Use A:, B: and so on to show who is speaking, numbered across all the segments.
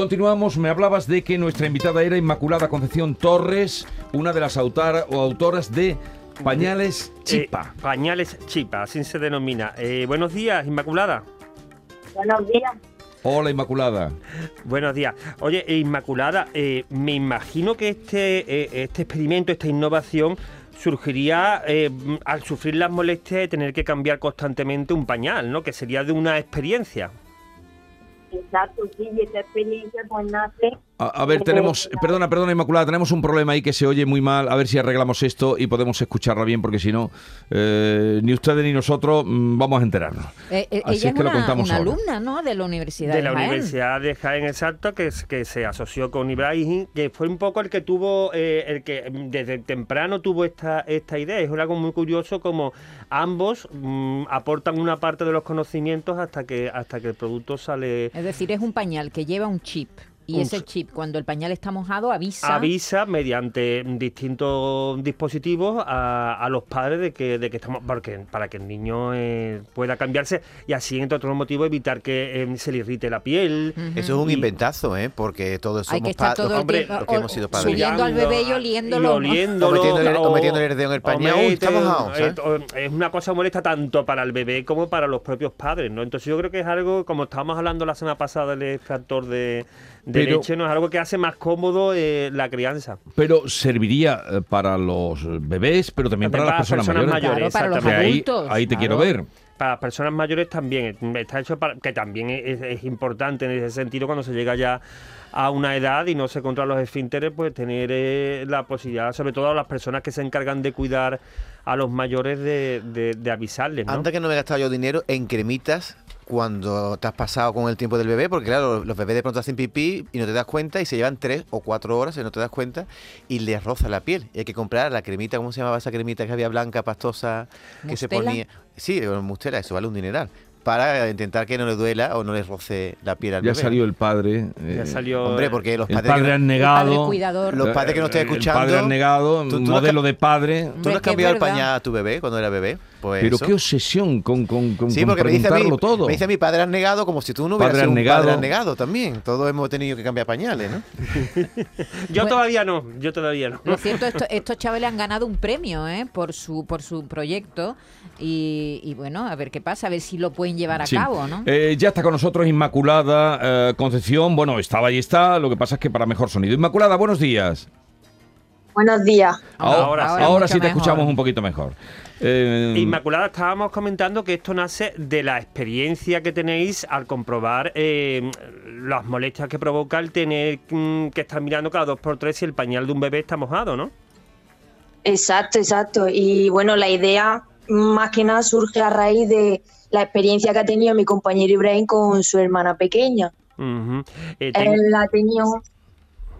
A: Continuamos, me hablabas de que nuestra invitada era Inmaculada Concepción Torres, una de las autar- o autoras de Pañales Chipa.
B: Eh, pañales Chipa, así se denomina. Eh, buenos días, Inmaculada.
C: Buenos días.
A: Hola Inmaculada.
B: Buenos días. Oye, eh, Inmaculada, eh, me imagino que este, eh, este experimento, esta innovación, surgiría eh, mm, al sufrir las molestias de tener que cambiar constantemente un pañal, ¿no? Que sería de una experiencia.
C: Exacto, sí, y esta experiencia pues nace.
A: A, a ver, tenemos, perdona, perdona Inmaculada, tenemos un problema ahí que se oye muy mal, a ver si arreglamos esto y podemos escucharla bien, porque si no, eh, ni ustedes ni nosotros mm, vamos a enterarnos.
D: Eh, eh,
A: Así
D: ella
A: es que lo
D: es una,
A: contamos
D: una
A: ahora.
D: alumna, ¿no? De la Universidad de,
B: de la
D: Jaén.
B: Universidad de Jaén exacto que, es- que se asoció con Ibrahim que fue un poco el que tuvo eh, el que mm, desde temprano tuvo esta esta idea es algo muy curioso como ambos mm, aportan una parte de los conocimientos hasta que hasta que el producto sale
D: Es decir, es un pañal que lleva un chip. Y
B: Un
D: ese
B: ch-
D: chip, cuando el pañal está mojado, avisa.
B: avisa mediante distintos dispositivos a, a los padres de que, de que estamos porque para que el niño eh, pueda cambiarse y así entre otros motivos evitar que eh, se le irrite la piel
D: Ujú.
E: Eso es un inventazo, ¿eh? Porque todos
D: Hay que
E: somos
D: estar
E: pa-
D: todo
E: los
D: el
E: hombres,
D: tiempo
E: los que hemos sido padres.
D: subiendo al bebé y oliéndolo,
B: Y
D: ¿no?
B: oliéndolo,
E: O metiéndole- o
B: o-
E: metiéndole el dedo en el
B: o
E: pañal. Uy, está
B: meten-
E: mojado, ¿sabes?
B: eh, o- este Es una cosa molesta tanto para el bebé como para los propios padres, ¿no? Entonces yo creo que es algo, como estábamos hablando la semana pasada del extractor de, de
A: Pero-
B: leche, ¿no? Es algo que hace más cómodo eh, la crianza.
A: Pero serviría eh, para los bebés, pero también para, las personas, mayores.
D: Claro, para los
B: exactamente.
A: Que ahí,
D: adultos,
A: ahí te
D: claro.
A: quiero ver.
B: Para las personas mayores también eh, está hecho para que también es, es importante en ese sentido cuando se llega ya a una edad y no se controlan los esfínteres, pues tener eh, la posibilidad, sobre todo a las personas que se encargan de cuidar a los mayores de, de- de avisarles, ¿no?
E: Anda que no me he gastado yo dinero en cremitas cuando te has pasado con el tiempo del bebé, porque claro, los bebés de pronto hacen pipí y no te das cuenta y se llevan tres o cuatro horas y no te das cuenta y les roza la piel. Y hay que comprar la cremita, ¿cómo se llamaba esa cremita que había blanca, pastosa, que se
D: ¿Mustela?
E: ponía? Sí, eh, mustela, eso vale un dineral. Para intentar que no le duela o no les roce la piel al
A: Ya
E: bebé.
A: salió el padre. eh,
B: Ya salió
E: Hombre, porque los
A: el
E: padres... que
A: padre
E: no-
A: han
D: El padre
A: negado.
D: cuidador.
E: Los padres que no estén
A: eh,
E: escuchando,
A: El padre han negado,
E: tú- tú lo
A: modelo
E: ca-
A: de padre.
E: ¿Tú
D: Hombre,
E: le
D: es
E: has
D: que es
E: cambiado el
D: verdad.
E: pañal a tu bebé cuando era bebé? Pues
A: Pero
E: eso.
A: qué obsesión con, con, con,
E: Sí,
A: con
E: porque me dice, a mí,
A: preguntarlo todo.
E: me dice a mi padre han negado como si tú no hubieras
A: Padre
E: sido
A: han
E: un padre
A: negado.
E: han negado también. Todos hemos tenido que cambiar pañales, ¿no?
B: Yo
D: Bueno.
B: todavía no, yo todavía no.
D: Lo cierto, esto- estos chavales han ganado un premio ¿eh? por su por su proyecto y, y bueno, a ver qué pasa, a ver si lo pueden llevar a
A: Sí.
D: cabo, ¿no?
A: Eh, ya está con nosotros Inmaculada eh, Concepción. Bueno, estaba y está, lo que pasa es que para mejor sonido. Inmaculada, buenos días.
C: Buenos días.
B: ahora sí.
A: ahora,
D: mucho
A: sí te
D: mejor.
A: escuchamos un poquito mejor. Eh,
E: Mm.
B: Inmaculada, estábamos comentando que esto nace de la experiencia que tenéis al comprobar eh, las molestias que provoca el tener mm, que estar mirando cada dos por tres si el pañal de un bebé está mojado, ¿no?
C: Exacto, exacto. Y bueno, la idea más que nada surge a raíz de la experiencia que ha tenido mi compañero Ibrahim con su hermana pequeña.
B: Ujú. Eh, ten-
C: Él la ha tenido.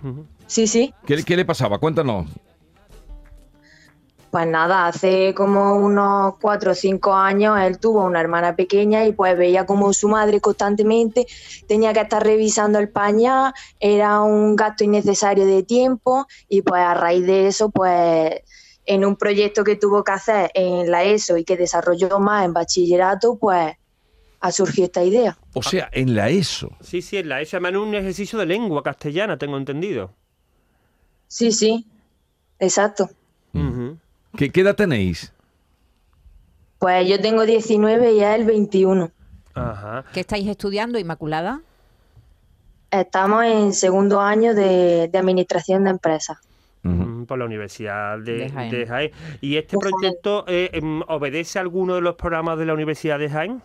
B: Ujú.
C: Sí, sí.
A: ¿qué, qué le pasaba? Cuéntanos.
C: Pues nada, hace como unos cuatro o cinco años él tuvo una hermana pequeña y pues veía como su madre constantemente tenía que estar revisando el pañal, era un gasto innecesario de tiempo y pues a raíz de eso pues en un proyecto que tuvo que hacer en la ESO y que desarrolló más en bachillerato pues ha surgido esta idea.
A: O sea, en la ESO.
B: Sí, sí, es la eso. Además, es un ejercicio de lengua castellana, tengo entendido.
C: Sí, sí, exacto.
B: Ujú.
A: ¿Qué, qué edad tenéis?
C: Pues yo tengo 19 y él 21.
B: Ajá.
D: ¿Qué estáis estudiando, Inmaculada?
C: Estamos en segundo año de, de administración de empresas.
A: Ujú.
B: Mm, Por la Universidad de,
D: De Jaén.
B: de Jaén. ¿Y este
C: De Jaén.
B: proyecto eh, em, obedece a alguno de los programas de la Universidad de Jaén?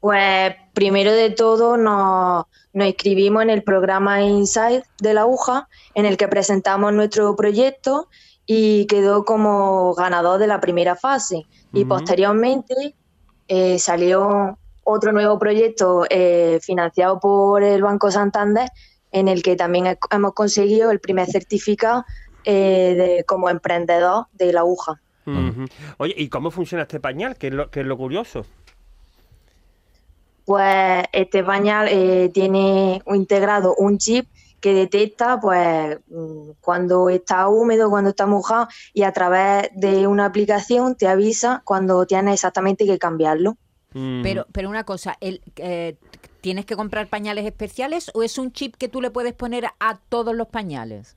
C: Pues primero de todo nos, nos inscribimos en el programa Inside de la aguja, en el que presentamos nuestro proyecto y quedó como ganador de la primera fase. Y
B: Ujú.
C: posteriormente eh, salió otro nuevo proyecto eh, financiado por el Banco Santander, en el que también he- hemos conseguido el primer certificado eh, de- como emprendedor de la aguja.
B: Ujú. Oye, ¿y cómo funciona este pañal? ¿Qué es lo, qué es lo curioso?
C: Pues este pañal eh, tiene un- integrado un chip que detecta pues mm, cuando está húmedo, cuando está mojado y a través de una aplicación te avisa cuando tienes exactamente que cambiarlo.
B: Ujú.
D: Pero, pero una cosa, el, eh, ¿Tienes que comprar pañales especiales o es un chip que tú le puedes poner a todos los pañales?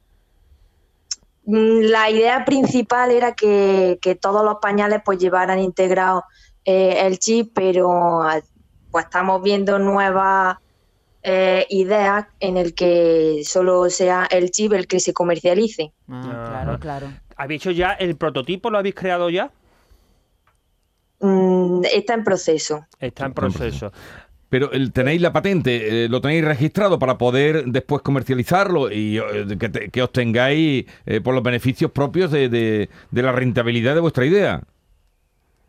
C: Mm, La idea principal era que, que todos los pañales pues llevaran integrado eh, el chip, pero ah, pues estamos viendo nuevas eh, ideas en el que solo sea el chip el que se comercialice.
D: Ah,
B: Ajá.
D: claro, claro.
B: ¿Habéis hecho ya el prototipo? ¿Lo habéis creado ya?
C: Mm, está en proceso.
B: Está en proceso.
A: Pero el- tenéis la patente, eh, lo tenéis registrado para poder después comercializarlo y eh, que, te- que os tengáis eh, por los beneficios propios de, de- de la rentabilidad de vuestra idea.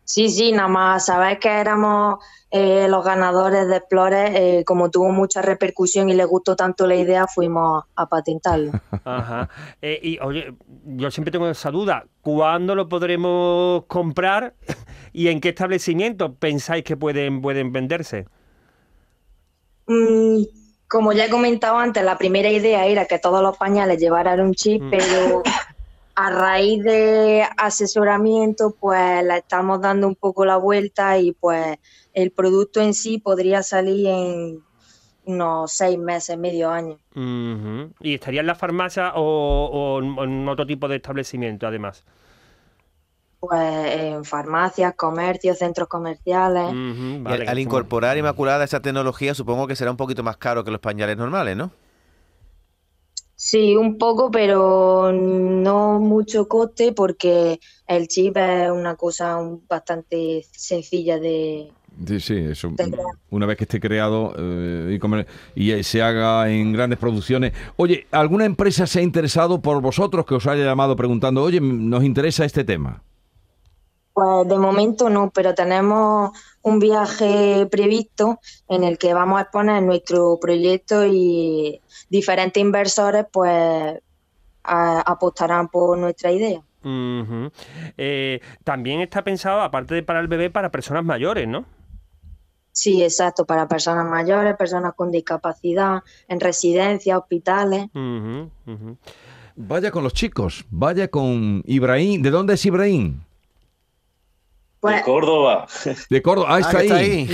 C: Sí, sí, nada más saber que éramos eh, los ganadores de Explores, eh, como tuvo mucha repercusión y les gustó tanto la idea, fuimos a patentarlo.
B: Ajá. Eh, y oye, yo siempre tengo esa duda. ¿Cuándo lo podremos comprar y en qué establecimiento pensáis que pueden, pueden venderse?
C: Mm, como ya he comentado antes, la primera idea era que todos los pañales llevaran un chip,
B: Mm.
C: pero a raíz de asesoramiento, pues la estamos dando un poco la vuelta y pues el producto en sí podría salir en unos seis meses, medio año.
B: Ujú. ¿Y estaría en la farmacia o, o en- o en otro tipo de establecimiento además?
C: Pues en farmacias, comercios, centros comerciales.
B: Ujú,
E: Y
B: vale,
E: al- al
B: que-
E: incorporar Inmaculada esa tecnología, supongo que será un poquito más caro que los pañales normales, ¿no?
C: Sí, un poco, pero no mucho coste porque el chip es una cosa un- bastante sencilla de...
A: Sí, sí, eso.
C: Te creo.
A: Una vez que esté creado eh, y, comer- y, eh, se haga en grandes producciones. Oye, ¿alguna empresa se ha interesado por vosotros que os haya llamado preguntando, oye, m- nos interesa este tema?
C: Pues de momento no, pero tenemos un viaje previsto en el que vamos a exponer nuestro proyecto y diferentes inversores pues a- apostarán por nuestra idea.
B: Ujú. Eh, también está pensado, aparte de para el bebé, para personas mayores, ¿no?
C: Sí, exacto, para personas mayores, personas con discapacidad, en residencias, hospitales.
B: Ujú, ujú.
A: Vaya con los chicos, vaya con Ibrahim. ¿De dónde es Ibrahim?
C: Pues
F: de Córdoba.
A: De Córdoba. Ah, está, ahí.
E: que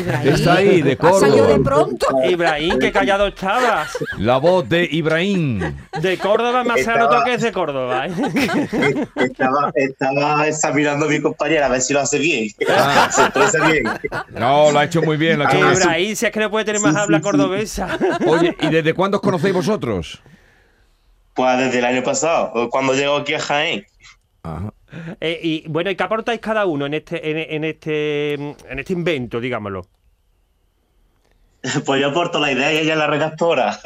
D: ahí.
A: Está ahí, de
D: Ha salido de
A: Córdoba.
D: pronto.
F: Ah,
B: Ibrahim, qué callado estabas.
A: La voz de Ibrahim.
B: De Córdoba, más se ha
F: Estaba-
B: notado que es de Córdoba. ¿eh?
F: Estaba, estaba examinando a mi compañera a ver si lo hace bien.
A: Ah.
F: Se expresa bien.
A: No, lo ha hecho muy bien, lo ha
B: Que
A: hecho muy bien.
B: Ibrahim, si es que no puede tener más
F: Sí, sí,
B: habla
F: sí.
B: cordobesa.
A: Oye, ¿y desde cuándo os conocéis vosotros?
F: Pues desde el año pasado, cuando llego aquí a Jaén.
A: Ajá.
B: Eh, y bueno, ¿y qué aportáis cada uno en este, en, en este, en este invento, digámoslo?
F: Pues yo aporto la idea y ella es la redactora.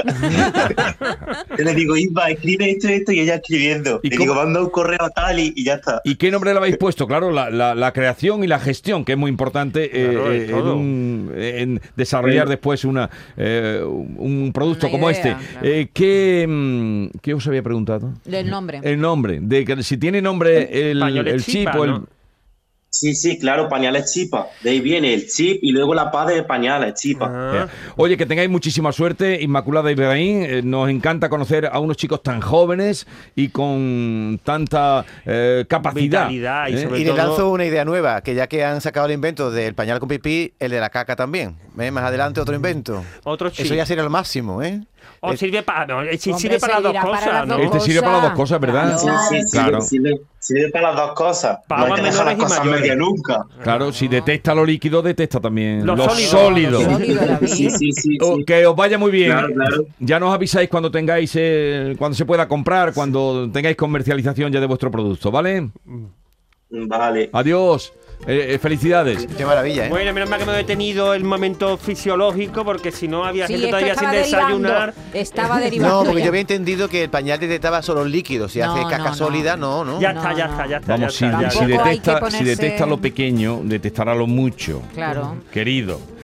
F: yo le digo, Isma, escribe esto y esto y ella escribiendo.
A: ¿Y
F: le
A: cómo-
F: digo, manda un correo a tal y, y ya está.
A: ¿Y qué nombre le habéis puesto? Claro, la, la- la creación y la gestión, que es muy importante eh,
B: Claro, es
A: eh, en,
B: todo.
A: un- en desarrollar
F: Sí.
A: después una, eh, un un producto
D: Una
A: como
D: idea,
A: este.
D: claro.
A: Eh, ¿qué, mm, qué os había preguntado?
D: Del nombre.
A: El nombre, de que si tiene nombre el,
B: Pañales
A: el chip
B: chipa,
A: o el...
B: ¿no?
F: Sí, sí, claro, pañales chipa. De ahí viene el chip y luego la paz de pañales chipa.
A: Eh,
B: Ah,
A: Oye, que tengáis muchísima suerte, Inmaculada Ibrahim. Eh, nos encanta conocer a unos chicos tan jóvenes y con tanta eh, capacidad.
B: Vitalidad y
A: ¿eh?
B: sobre-
E: Y le
B: todo-
E: lanzo una idea nueva, que ya que han sacado el invento del pañal con pipí, el de la caca también. ¿eh? Más adelante otro invento.
B: Otro chip.
E: Eso ya sería lo máximo, ¿eh?
B: O
E: Eh,
B: sirve para, no, el chip
D: Hombre,
B: sirve para las dos
D: servirá para
B: cosas,
D: las
B: ¿no?
D: dos
A: Este sirve para las dos cosas, ¿verdad?
F: Sí,
D: Claro.
F: sí, sí,
A: Ah. Claro.
F: sirve, sirve para las dos cosas.
B: Para
F: no hay que
B: hombres
F: dejar las
B: menores y
F: cosas
B: mayores.
F: media nunca.
A: Claro, si detesta lo líquido, detesta también
B: Lo
A: lo,
B: sólido.
A: sólido.
D: Lo sólido. David.
F: Sí, sí, sí.
A: Oh,
F: sí.
A: que os vaya muy bien.
F: Claro, claro.
A: Ya nos avisáis cuando tengáis, eh, cuando se pueda comprar, cuando tengáis comercialización ya de vuestro producto, ¿vale?
F: Vale.
A: Adiós. Eh, eh, felicidades.
E: Qué maravilla, ¿eh?
B: Bueno, menos mal que hemos detenido el momento fisiológico, porque si no había
D: Sí,
B: gente
D: esto
B: todavía sin
D: estaba derivando.
B: desayunar.
D: Estaba derivando.
E: No, porque
D: ya.
E: yo había entendido que el pañal detectaba solo líquidos. Si
D: No,
E: hace caca
D: no, no.
E: sólida, no, no.
B: Ya
D: No,
B: está, ya
D: no.
B: está, ya está.
A: Vamos, si,
B: ya está, ya
A: si
B: está.
D: Tampoco hay que
A: detesta, si
D: ponerse-
A: detesta lo pequeño, detestará lo mucho.
D: Claro.
A: Querido.